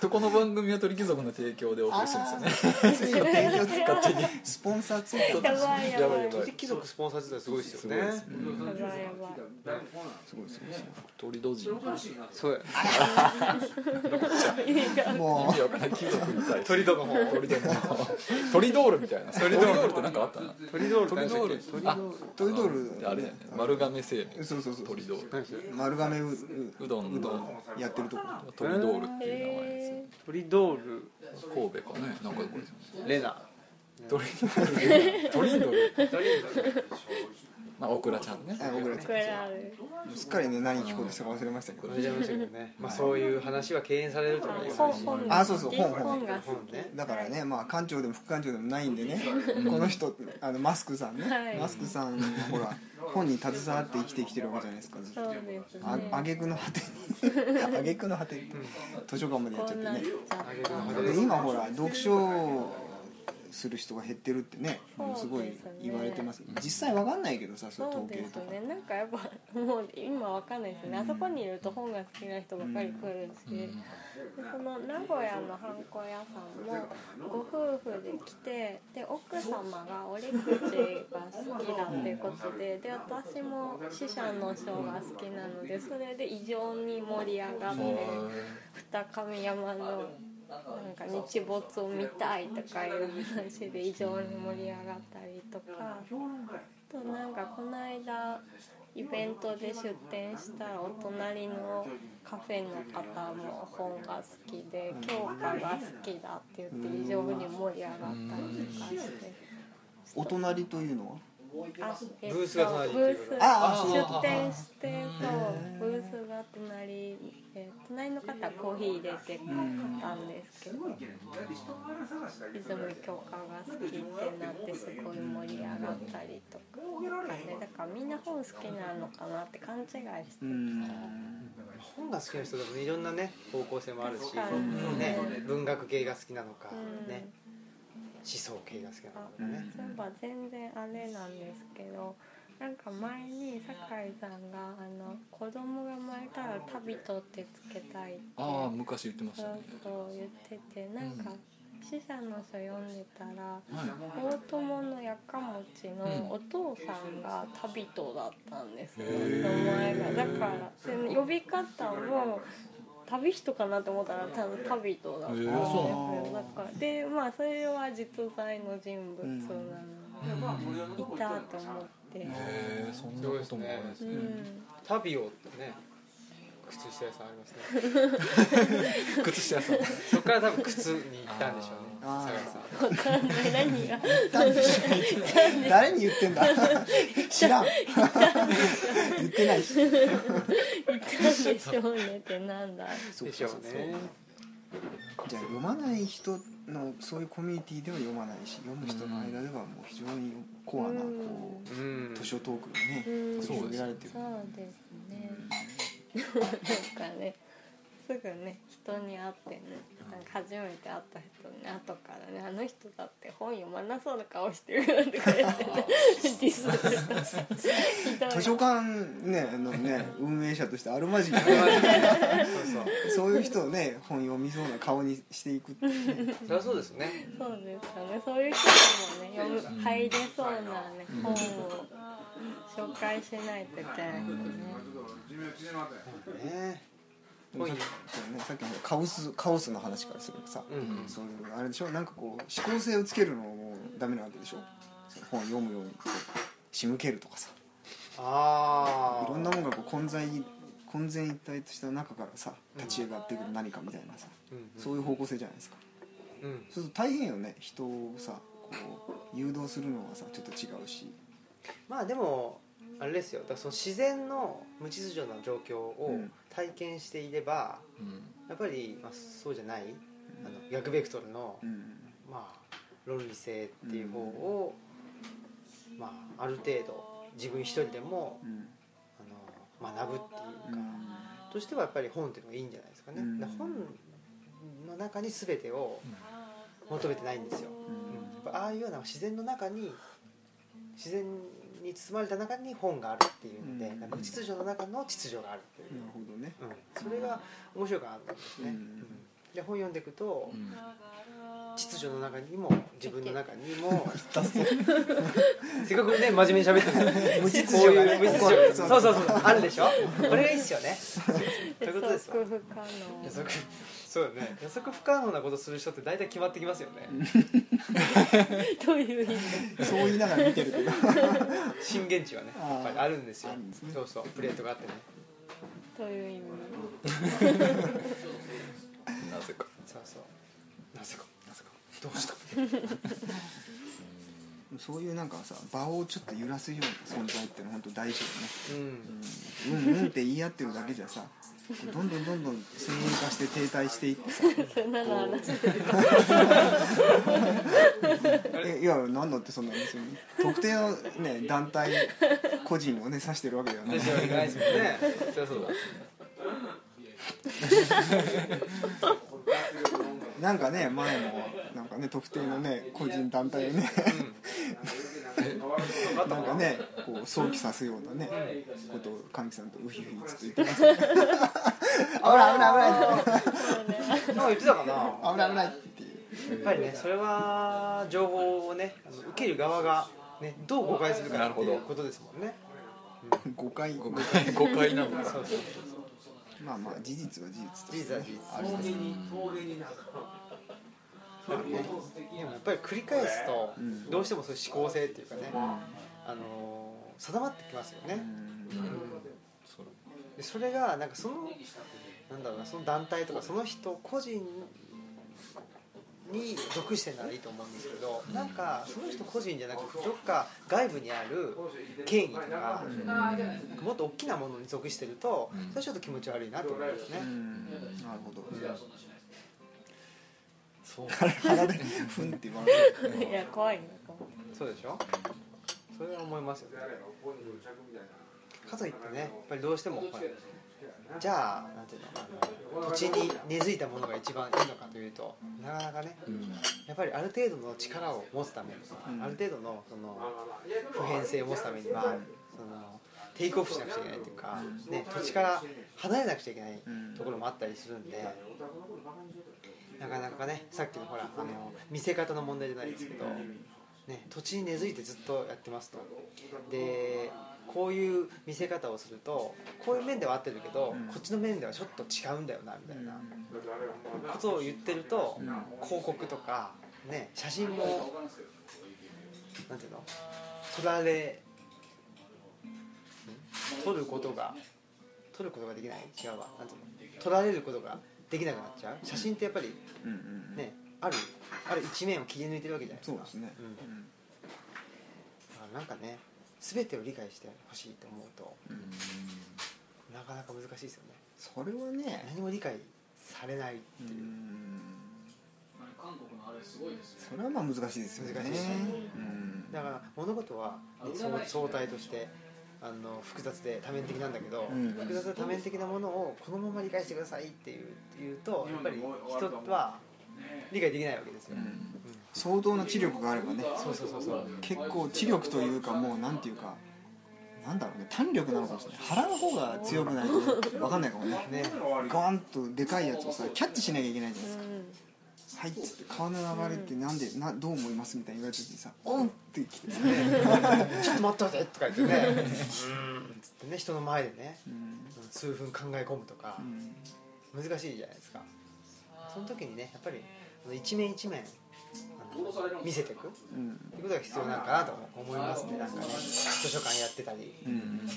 Speaker 4: とこの番組は鳥貴族の提供でお送りしてますよね
Speaker 2: ついに提供ついたスポンサーついたんで
Speaker 5: や
Speaker 2: す
Speaker 5: ばいやばいやばい
Speaker 3: 鳥貴族スポンサー自体すごいですよね
Speaker 5: やばい
Speaker 2: すごいすごいす
Speaker 4: 鳥同人
Speaker 3: そう
Speaker 2: ごいも
Speaker 4: 意味わからない貴族みたい
Speaker 3: 鳥とかも
Speaker 4: 鳥でも鳥ドールみたいな鳥ドールってなんかあったな
Speaker 3: 鳥ドール
Speaker 4: 鳥ドールあ
Speaker 2: うトイドール
Speaker 4: あれだよね丸亀製麺
Speaker 2: そうそうそう
Speaker 4: 鳥ドール
Speaker 2: 丸亀う
Speaker 4: うどんの
Speaker 2: うやってるとこ
Speaker 4: 鳥ドールっていう名前です
Speaker 5: え
Speaker 3: 鳥ドール
Speaker 4: 神戸かねなんかこれ
Speaker 3: レナ
Speaker 4: トリンドルトリンドルまあオクラちゃんね
Speaker 2: はい僕ら
Speaker 5: ー、これある
Speaker 2: すっかりね何聞こえてたか忘れましたけど
Speaker 3: 忘れちゃいましたけど
Speaker 2: (laughs)
Speaker 3: ねまあそういう話は敬遠されるとか言
Speaker 5: 本
Speaker 3: う
Speaker 5: 本
Speaker 2: あそうそう本本
Speaker 5: 本が好
Speaker 3: 本ね
Speaker 2: だからね、まあ、館長でも副館長でもないんでねこの人あのマスクさんね、
Speaker 5: はい
Speaker 2: マスクさんほら本に携わって生きてきてるわけじゃないですかずっ
Speaker 5: きそ
Speaker 2: と
Speaker 5: うですね
Speaker 2: あ挙句の果て
Speaker 5: (laughs)
Speaker 2: に挙句の果てに図書館までやっちゃ
Speaker 5: こ
Speaker 2: っ
Speaker 5: ん
Speaker 2: て
Speaker 5: な
Speaker 2: ね
Speaker 5: んちゃ
Speaker 3: あげる派手で
Speaker 2: です今ほら読書する人が減ってるってねもうすご
Speaker 5: そう
Speaker 2: い
Speaker 5: ですね
Speaker 2: 言われてます実際わかんないけどさそれ
Speaker 5: そ
Speaker 2: 統
Speaker 5: う
Speaker 2: 計
Speaker 5: です
Speaker 2: とか
Speaker 5: ねなんかやっぱもう今わかんないですねあそこにいると本が好きな人ばっかり来るし、でその名古屋のハンコ屋さんもご夫婦で来てで奥様が折口が好きだっていうことでで私も死者の章が好きなのでそれで異常に盛り上がって二上山の。なんか日没を見たいとかいう話で異常に盛り上がったりとかあとなんかこの間イベントで出店したらお隣のカフェの方も本が好きで教科が好きだって言って異常に盛り上がったりとかして。
Speaker 2: お隣というのは
Speaker 5: あえっと
Speaker 3: ブースが隣って
Speaker 5: ブー
Speaker 3: いう
Speaker 5: ス
Speaker 2: あ
Speaker 4: あそう
Speaker 5: 出店してそうブースが隣、えー隣の方はコーヒー入れて買ったんですけど泉教科が好きってなってすごい盛り上がったりとかなんかねだからみんな本好きなのかなって勘違いして
Speaker 2: うーん
Speaker 3: 本が好きな人でもねいろんなね方向性もあるし、
Speaker 5: 確かに
Speaker 3: ね、文学系が好きなのか、
Speaker 5: うん
Speaker 3: ね思想系が好きなの
Speaker 5: あ
Speaker 3: か
Speaker 5: そうい
Speaker 3: ね、
Speaker 5: えば全然あれなんですけどなんか前に酒井さんがあの子供が生まれたら「旅と」ってつけたいって
Speaker 4: ああ昔言ってまし
Speaker 5: そう
Speaker 4: たね
Speaker 5: そう言っててなんか死者の書読んでたら
Speaker 4: はい
Speaker 5: 大友のやかもちのお父さんが旅人だったんですよ
Speaker 4: へー
Speaker 5: 名前がだからで呼び方も旅人かなと思ったら多分旅人だったんです
Speaker 4: へー
Speaker 2: そうな
Speaker 5: よ
Speaker 2: ん
Speaker 5: だからでまあそれは実在の人物なのでいたと思って
Speaker 4: へえそんなこともあるんです
Speaker 5: う
Speaker 4: ね
Speaker 5: ん
Speaker 3: 旅をってね靴下屋さんありますね
Speaker 2: (laughs)
Speaker 4: 靴下屋さん
Speaker 3: そこから多分靴に行ったんでしょうね
Speaker 2: あー
Speaker 3: 佐賀さん
Speaker 5: わかんない何が
Speaker 2: 誰に言ってんだ知らん言ってないし
Speaker 5: いたんでしょうねってなんだ
Speaker 3: でしょうね
Speaker 2: じゃあ読まない人のそういうコミュニティでは読まないし読む人の間ではもう非常にコアな
Speaker 5: うん
Speaker 2: こ
Speaker 3: う
Speaker 2: うん図書トークがね
Speaker 5: うん
Speaker 2: 繰り広げられてる
Speaker 5: そうですね。なん (laughs) かね、すぐね、人に会ってね、なんか初めて会った人に後からね、あの人だって本読まなそうな顔してるよとか言って (laughs) ね、ディスるひどい
Speaker 2: 図書館ねあのね運営者としてあるまじき
Speaker 3: そうそう
Speaker 2: そういう人をね本読みそうな顔にしていくっていうね
Speaker 3: そりゃそうですよね
Speaker 5: そうですかね、そういう人にもね、読む入れそうなね、本を紹介しないといけないですね。
Speaker 3: ね
Speaker 2: でもさっきそうねさっきのカオスカオスの話からするとさ、
Speaker 3: うん
Speaker 2: そういうあれでしょなんかこう思考性をつけるのもダメなわけでしょその本読むようにこう仕向けるとかさ
Speaker 3: ああ
Speaker 2: いろんなものがこう混在混然一体とした中からさ立ち上がってくる何かみたいなさ、
Speaker 3: うん
Speaker 2: そういう方向性じゃないですか
Speaker 3: うん
Speaker 2: そうすると大変よね人をさこう誘導するのはさちょっと違うし
Speaker 3: まあでもあれですよだからその自然の無秩序な状況を体験していれば、
Speaker 4: うん
Speaker 3: やっぱり、まあ、そうじゃないあの逆ベクトルの、
Speaker 2: うん
Speaker 3: まあ、論理性っていう方を、まあ、ある程度自分一人でも
Speaker 2: うん
Speaker 3: あの学ぶっていうか、としてはやっぱり本っていうのがいいんじゃないですかね、
Speaker 2: うん
Speaker 3: だから本の中に全てを求めてないんですよ、やっぱああいうような自然の中に自然に包まれた中に本があるっていうので、
Speaker 2: うん
Speaker 3: なんか秩序の中の秩序があるっていう、
Speaker 2: なるほどね
Speaker 3: うん、それが面白いかなと思うんですね、
Speaker 2: うん
Speaker 3: で本読んでいくと、
Speaker 4: うん
Speaker 3: 秩序の中にも自分の中にもせっかくね真面目に喋ってるのに無秩序がね
Speaker 2: こういう無秩序
Speaker 3: そうそうそうあるでしょこれがいいっすよねということですわ
Speaker 5: 予測不可
Speaker 3: 予測そうよね予測不可能なことする人って大体決まってきますよね
Speaker 5: 能という意味
Speaker 2: そう言いながら見てるけど
Speaker 3: 震源地はねやっぱりあるんですよ
Speaker 2: あるんですね
Speaker 3: そうそうプレートがあってね
Speaker 5: という意味
Speaker 4: なぜか
Speaker 3: そうそうなぜか
Speaker 4: なぜか
Speaker 3: どうした
Speaker 2: そういうなんかさ場をちょっと揺らすような存在ってのは本当大事よね
Speaker 3: うん
Speaker 2: うんうんって言い合ってるだけじゃさどんどんどんどん先鋭化して停滞していってさ
Speaker 5: そんなの話
Speaker 2: えいや何だってそんな別に特定のね団体個人をね指してるわけではない
Speaker 3: 私はないですもんねそうそう
Speaker 2: なんかね前もなんかね特定のね個人団体をねなんかねこう想起さすようなねことを神木さんとウヒウヒずっと言ってましたね危ない危ない危ない
Speaker 3: なんか言ってたかなや
Speaker 2: 危ない危ないっていう
Speaker 3: っぱりねそれは情報をねあの受ける側がねどう誤解するかっていうことですもんね
Speaker 2: 誤解
Speaker 4: 誤解誤解なの
Speaker 3: そ
Speaker 4: か
Speaker 3: うそう
Speaker 2: まあまあ事実は事実と
Speaker 3: 事
Speaker 2: して
Speaker 3: 実は
Speaker 2: ね
Speaker 3: 事実
Speaker 2: ありますね
Speaker 3: でもやっぱり繰り返すと
Speaker 2: ん
Speaker 3: どうしてもそういう思考性っていうかね、あのー定まってきますよね、でそれがなんかそのなんだろうなその団体とかその人個人に属してならいいと思うんですけど、なんかその人個人じゃなくてどっか外部にある権威とか、もっと大きなものに属してると、それはちょっと気持ち悪いなと思いますね、
Speaker 2: うんなるほど
Speaker 4: そう
Speaker 2: 腹でふんって言われて
Speaker 5: いや怖いな
Speaker 3: そうでしょそれは思いますよねかといってねやっぱりどうしてもほらじゃあなんていうのあの土地に根付いたものが一番いいのかというとなかなかね、やっぱりある程度の力を持つためには、ある程度のその普遍性を持つためには、そのテイクオフしなくちゃいけないというか、ね、土地から離れなくちゃいけないところもあったりするんで。なかなかねさっきのほらあの見せ方の問題じゃないですけど、ね、土地に根付いてずっとやってますとでこういう見せ方をするとこういう面では合ってるけど、こっちの面ではちょっと違うんだよなみたいなことを言ってると、広告とか、ね、写真もなんていうの撮られん撮ることが撮ることができない違うわなんていうの撮られることができなくなっちゃう写真ってやっぱり
Speaker 2: うんうんうん
Speaker 3: ね、あるある一面を切り抜いてるわけじゃないです
Speaker 2: そう
Speaker 3: か
Speaker 2: ですね
Speaker 3: うんだからなんかね全てを理解してほしいと思うとなかなか難しいですよね
Speaker 2: それはね
Speaker 3: 何も理解されないって
Speaker 2: う
Speaker 3: いうん
Speaker 2: それはまあ難しいですよね
Speaker 3: 難しいですね
Speaker 2: うん
Speaker 3: だから物事はそう相対としてあの複雑で多面的なんだけど、
Speaker 2: うん
Speaker 3: 複雑で多面的なものをこのまま理解してくださいっていう言うとやっぱり人は理解できないわけですよ、
Speaker 2: うん相当な知力があればね
Speaker 3: そうそうそうそう
Speaker 2: 結構知力というかもうなんていうかなんだろうね胆力なのかもしれない腹の方が強くないと分かんないかもね
Speaker 3: ね
Speaker 2: ガーンとでかいやつをさキャッチしなきゃいけないじゃないですか
Speaker 5: うん
Speaker 2: 「はい」っつって「川の流れってなんでなどう思います?」みたいに言われた時にさ「オン!」って来てね
Speaker 3: ちょっと待って待ってとか言ってねうーんつってね人の前でね
Speaker 2: うん
Speaker 3: 数分考え込むとか
Speaker 2: うん
Speaker 3: 難しいじゃないですかその時にねやっぱりあの一面一面あの見せていくって
Speaker 2: うん
Speaker 3: いうことが必要なのかなと思いますねなんかね図書館やってたり、
Speaker 2: うん
Speaker 3: うん、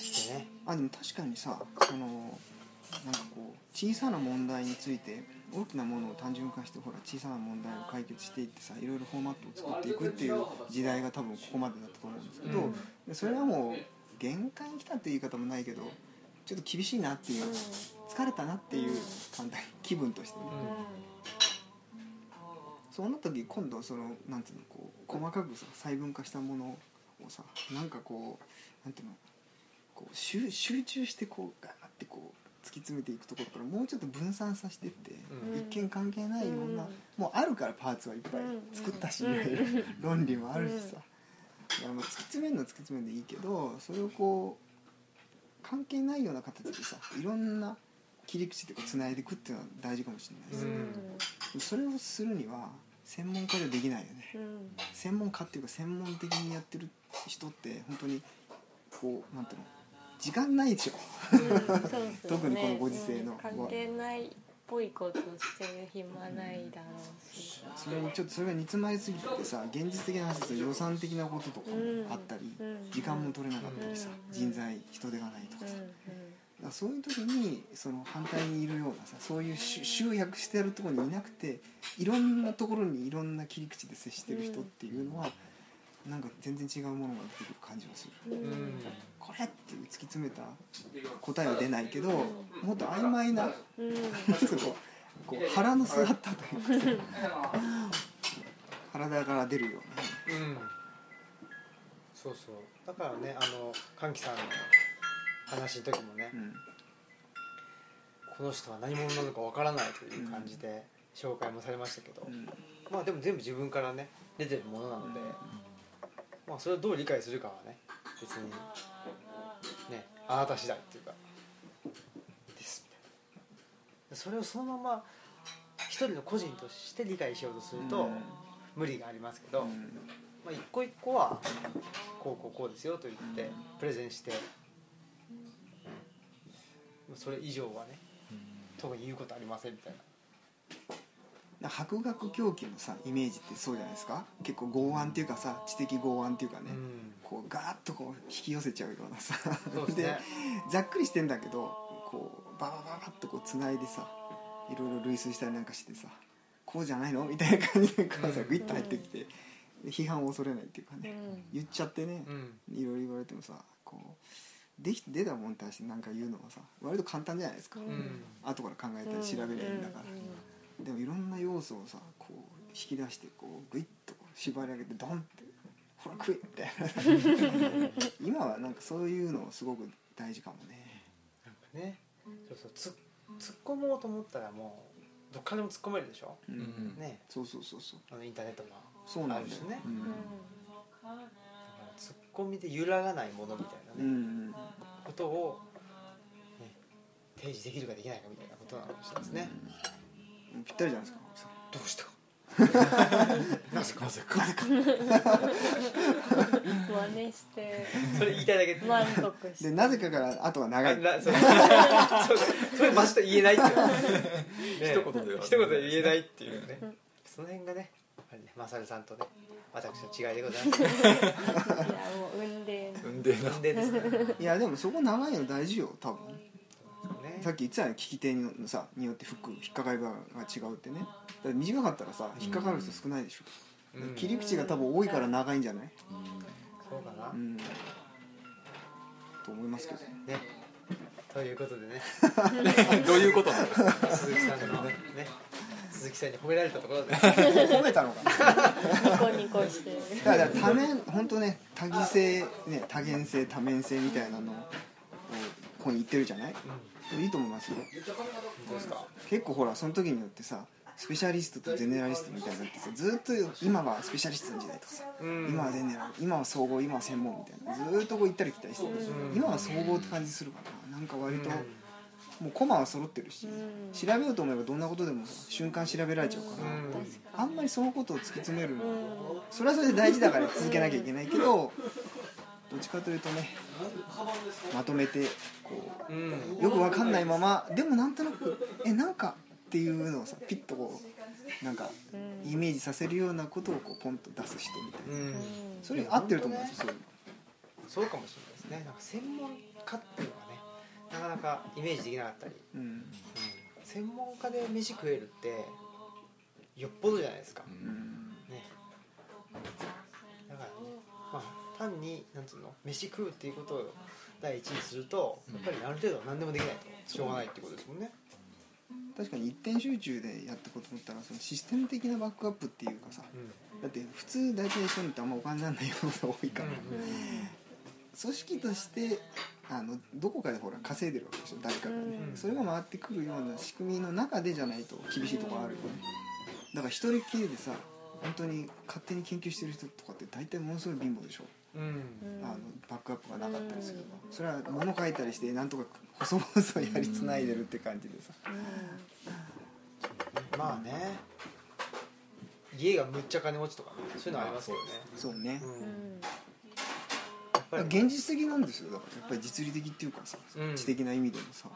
Speaker 3: してね
Speaker 2: あでも確かにさそのなんかこう小さな問題について大きなものを単純化してほら小さな問題を解決していってさいろいろフォーマットを作っていくっていう時代が多分ここまでだったと思うんですけど、
Speaker 3: うん
Speaker 2: でそれはもう限界に来たっていう言い方もないけどちょっと厳しいなっていう、疲れたなっていう簡単気分としてね、そうなった時今度そのなんていうのこう細かくさ細分化したものをもさなんかこうなんていうのこう集集中してこうガーってこう突き詰めていくところからもうちょっと分散させてって、
Speaker 3: うん
Speaker 2: 一見関係ないいろんな、
Speaker 5: うん
Speaker 2: もうあるからパーツはいっぱい作ったし、
Speaker 5: うん
Speaker 2: 論理もあるしさ、だからまあ突き詰めるのは突き詰めるでいいけどそれをこう関係ないような形でさいろんな切り口でこう繋いでいくっていうのは大事かもしれないです
Speaker 5: う
Speaker 3: うんん
Speaker 2: それをするには専門家じゃできないよね
Speaker 5: うん
Speaker 2: 専門家っていうか専門的にやってる人って本当にこうなんていうの時間ないでしょ特にこのご時世の
Speaker 5: うん関係ないっぽいことしてる暇ないだろうし、
Speaker 2: それにちょっとそれが煮詰まりすぎてさ現実的な話だと予算的なこととかもあったり、
Speaker 5: うん
Speaker 2: 時間も取れなかったりさ、
Speaker 5: うん
Speaker 2: 人材人手がないと
Speaker 5: う
Speaker 2: か
Speaker 5: ん
Speaker 2: さ、だからそういう時にその反対にいるようなさそういう集集約してやるところにいなくていろんなところにいろんな切り口で接してる人っていうのは、なんか全然違うものが出てくる感じがする。
Speaker 5: うん
Speaker 3: う
Speaker 5: うん
Speaker 3: ん
Speaker 2: これって突き詰めた答えは出ないけどもっと曖昧な
Speaker 5: うん
Speaker 2: そここう腹の据わったというかさ体から出るような
Speaker 3: うんそうそうだからねあの歓喜さんの話の時もね、
Speaker 2: うん
Speaker 3: この人は何者なのかわからないという感じで紹介もされましたけど、
Speaker 2: うん
Speaker 3: まあでも全部自分からね出てるものなので、まあそれをどう理解するかはね別にねあなた次第っていうかですみたいなそれをそのまま一人の個人として理解しようとすると、無理がありますけど、
Speaker 2: うん
Speaker 3: まあ、一個一個はこうこうこうですよと言ってプレゼンしてまあそれ以上はね特に言うことありませんみたいな
Speaker 2: 博学狂気のさイメージってそうじゃないですか結構剛腕っていうかさ知的剛腕っていうかね、こうガーッとこう引き寄せちゃうようなさ
Speaker 3: そうですね
Speaker 2: ざっくりしてんだけどこうババババッとこうつないでさいろいろ類推したりなんかしてさこうじゃないのみたいな感じでからさ
Speaker 3: うん
Speaker 2: グイッと入ってきて、で批判を恐れないっていうかね、言っちゃってね
Speaker 3: う、ん
Speaker 2: いろいろ言われてもさこうできて出たもんに対してなんか言うのはさ割と簡単じゃないですか、
Speaker 5: う
Speaker 3: うんん
Speaker 2: 後から考えたり調べりゃいいんだから、でもいろんな要素をさこう引き出してこうグイッと縛り上げてドンって「ほら食え!」みたいな今はなんかそういうのすごく大事かもね
Speaker 3: なんかねそうそうつ突っ込もうと思ったらもうどっからでも突っ込めるでしょ、
Speaker 2: うん、
Speaker 4: うん
Speaker 3: ね
Speaker 2: そうそうそうそう
Speaker 3: あのインターネットも
Speaker 2: そうなんだ
Speaker 3: あ
Speaker 2: よ
Speaker 3: るしね
Speaker 2: うん
Speaker 3: だから突っ込みで揺らがないものみたいな
Speaker 2: う
Speaker 3: ね、
Speaker 2: んうん
Speaker 3: ことを、ね、提示できるかできないかみたいなことなのかもしれないですね、
Speaker 2: うんぴったりじゃないですか青木さん
Speaker 3: どうした
Speaker 4: なぜかなぜか
Speaker 5: 真似して
Speaker 3: それ言いたいだけで
Speaker 5: 満足して
Speaker 2: でなぜかからあとは長い
Speaker 3: なそうそうそれマジと言えないっていう、ね
Speaker 4: 一言では
Speaker 3: 一言で言えないっていうねその辺がねあれねマサルさんとね私の違いでございます
Speaker 5: いやもう運で
Speaker 4: うんでな
Speaker 3: 運でですね
Speaker 2: いやでもそこ長いの大事よ多分
Speaker 3: ね
Speaker 2: さっき言ってたよね聞き手のさによって服引っかかりが違うってねだから短かったらさ引っかかる人少ないでしょ、
Speaker 3: うん
Speaker 2: 切り口が多分多いから長いんじゃない、
Speaker 3: そうかな、
Speaker 2: うん、と思いますけどね
Speaker 3: ねということでね
Speaker 4: どういうことなんですか
Speaker 3: 鈴木さんのねね鈴木さんに褒められたところで
Speaker 2: 褒めたのかな
Speaker 5: ニコニコしてる
Speaker 2: だから多面本当ね多義性ね多元性多面性みたいなのをここに言ってるじゃないいいと思いますよ
Speaker 3: どうですか
Speaker 2: 結構ほらその時によってさスペシャリストとゼネラリストみたいになってさずっと今はスペシャリストの時代とかさ
Speaker 3: うん
Speaker 2: 今はゼネラル今は総合今は専門みたいなずーっとこう行ったり来たりしてる
Speaker 3: うん
Speaker 2: 今は総合って感じするからななんか割と
Speaker 3: うん
Speaker 2: もうコマは揃ってるし
Speaker 5: うん
Speaker 2: 調べようと思えばどんなことでもさ瞬間調べられちゃうから
Speaker 3: うん
Speaker 2: あんまりそのことを突き詰める
Speaker 5: うん
Speaker 2: それはそれで大事だから続けなきゃいけないけどどっちかというとねまとめてこう
Speaker 3: うん
Speaker 2: よくわかんないままでもなんとなくえなんかっていうのをさピッとこうなんか
Speaker 5: うん
Speaker 2: イメージさせるようなことをこうポンと出す人みたいな
Speaker 3: うん
Speaker 5: うん
Speaker 2: それに合ってると思うんですよそういうの
Speaker 3: そうかもしれないですねなんか専門家っていうのがねなかなかイメージできなかったり
Speaker 2: うん
Speaker 3: 専門家で飯食えるってよっぽどじゃないですか、
Speaker 4: う
Speaker 2: うんん
Speaker 3: ねだからねまあ単になんつうの飯食うっていうことを第一にするとやっぱりある程度は何でもできないとしょうがないってことですもんね、
Speaker 2: 確かに一点集中でやってこうと思ったらそのシステム的なバックアップっていうかさだって普通大体一緒にってあんまお金にならないようなことが多いから、
Speaker 3: うん
Speaker 2: 組織としてあのどこかでほら稼いでるわけでしょ誰かがね、
Speaker 3: うん
Speaker 2: それが回ってくるような仕組みの中でじゃないと厳しいところあるよね、だから一人っきりでさ本当に勝手に研究してる人とかって大体ものすごい貧乏でしょ、
Speaker 3: うん
Speaker 2: あのバックアップがなかったりするの、それは物書いたりしてなんとか細々やりつないでるって感じでさ、
Speaker 3: まあね家がむっちゃ金持ちとかねそういうのありますよね
Speaker 2: そうね、
Speaker 3: うん
Speaker 2: だから現実的なんですよだからやっぱり実利的っていうかさ、
Speaker 3: うん
Speaker 2: 知的な意味でもさ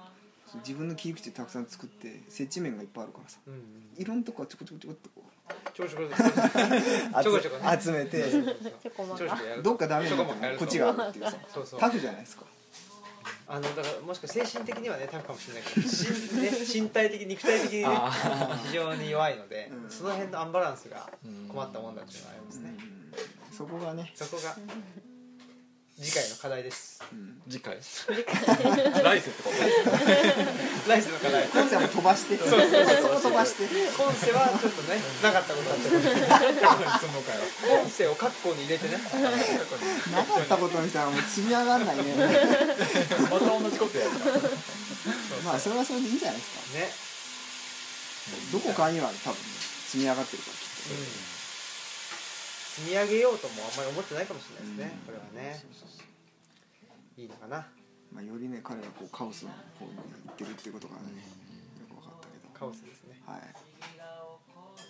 Speaker 2: 自分の切り口たくさん作って接地面がいっぱいあるからさ
Speaker 3: うんうん
Speaker 2: いろんなとこはちょこちょこちょこっとこう
Speaker 3: (laughs) ちょこちょこちょこちょこね
Speaker 2: 集め
Speaker 3: (laughs)
Speaker 2: て
Speaker 5: ちょこま
Speaker 3: ちょこちょこ
Speaker 5: か。
Speaker 3: やる
Speaker 2: どっかダメになったらこっちがあるっていうさ
Speaker 3: そうそう
Speaker 2: タフじゃないですか
Speaker 3: あのだからもしかして精神的にはねタフかもしれないけど身,、ね、身体的肉体的にね
Speaker 4: あ
Speaker 3: 非常に弱いので、
Speaker 2: うん
Speaker 3: その辺のアンバランスが困ったもんだっていうのはありますね、
Speaker 2: そこ
Speaker 3: (laughs)
Speaker 2: がね
Speaker 3: そこが次回の課題です
Speaker 2: うん
Speaker 4: 次回来世ってこと
Speaker 3: 来世の課題
Speaker 2: コンセプト飛ばしてそこ飛ばして
Speaker 3: 今世はちょっとねなかったことだったけど
Speaker 4: その会話
Speaker 3: 今世を括弧に入れてね
Speaker 2: なかったことにしたらもう積み上がんないね
Speaker 4: また同じことやる
Speaker 2: まあそれはそれでいいんじゃないですか
Speaker 3: ね、
Speaker 2: どこかには多分積み上がってるから
Speaker 3: うん、積み上げようともあんまり思ってないかもしれないですね、これはねいいのかな
Speaker 2: まあよりね彼がこうカオスの方に行ってるってことがねよく分かったけど
Speaker 3: カオスですね
Speaker 2: はい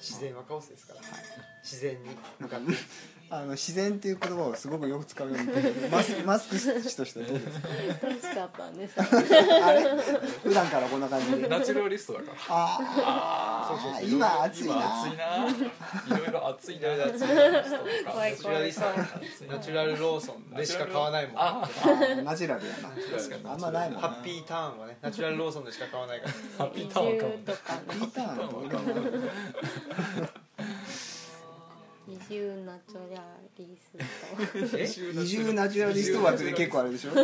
Speaker 3: 自然はカオスですから自然に
Speaker 2: なんか (laughs) あの自然っていう言葉をすごくよく使うようになってマスマスク氏としてはどうですか
Speaker 5: 楽しかったんです。
Speaker 2: あれ普段からこんな感じで
Speaker 4: ナチュラリストだから
Speaker 2: ああ今暑いな
Speaker 4: 今暑いないろいろ暑いない
Speaker 3: ろいろ暑い
Speaker 5: 怖い
Speaker 3: ナチュラ
Speaker 5: 怖
Speaker 3: ル
Speaker 5: い
Speaker 3: さ
Speaker 5: 怖い。
Speaker 4: い
Speaker 3: ナチュラルローソンでしか買わないもんハ
Speaker 4: あ
Speaker 2: あーナチュラルやな
Speaker 4: 確かに
Speaker 2: あんまないもんな
Speaker 3: ッピーターンはねナチュラルローソンでしか買わないから
Speaker 4: ハッピーターンかも
Speaker 5: 移住とか
Speaker 2: ピーターンはどうかな
Speaker 5: 二重ナチュラリスト。
Speaker 3: (laughs) え
Speaker 2: 二重ナチュラリスト枠で (laughs) 結構あれでしょあ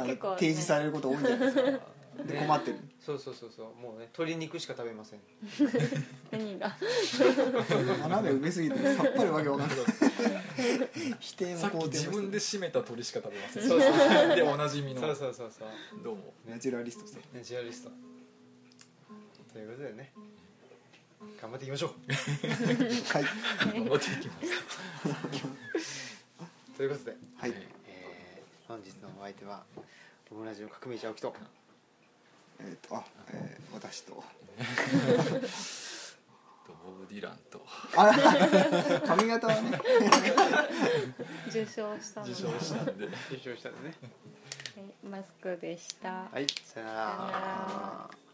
Speaker 2: の、
Speaker 5: 結構ね
Speaker 2: 提示されること多いんじゃないですかで困ってる
Speaker 3: そうそうそうそうもうね鶏肉しか食べません
Speaker 5: 何が。
Speaker 2: 斜め埋めすぎてさっぱりわけわ
Speaker 4: (laughs)
Speaker 2: かんない否定も
Speaker 4: さっき
Speaker 2: 肯定
Speaker 4: 自
Speaker 2: も
Speaker 4: 分
Speaker 2: し
Speaker 4: で
Speaker 2: て
Speaker 4: 締めた鳥しか食べません
Speaker 3: そうそう
Speaker 4: でおなじみの
Speaker 3: そうそうそうそう
Speaker 4: どうも
Speaker 2: ナチュラリストさ
Speaker 3: ナチュラリストということでね頑張っていきましょう
Speaker 2: はい
Speaker 4: 頑張っていきます
Speaker 3: ということで、
Speaker 2: はい
Speaker 3: えー、本日のお相手はオムラジオ革命者青木と
Speaker 2: えっ、とあ、えー、私と
Speaker 4: ボブ・ディランと
Speaker 2: あ (laughs) ら髪型はね
Speaker 5: 受賞したの
Speaker 4: 受賞したんで
Speaker 3: 優勝したんでね
Speaker 5: はいマスクでした。
Speaker 3: はいさよな
Speaker 5: さよな
Speaker 3: ら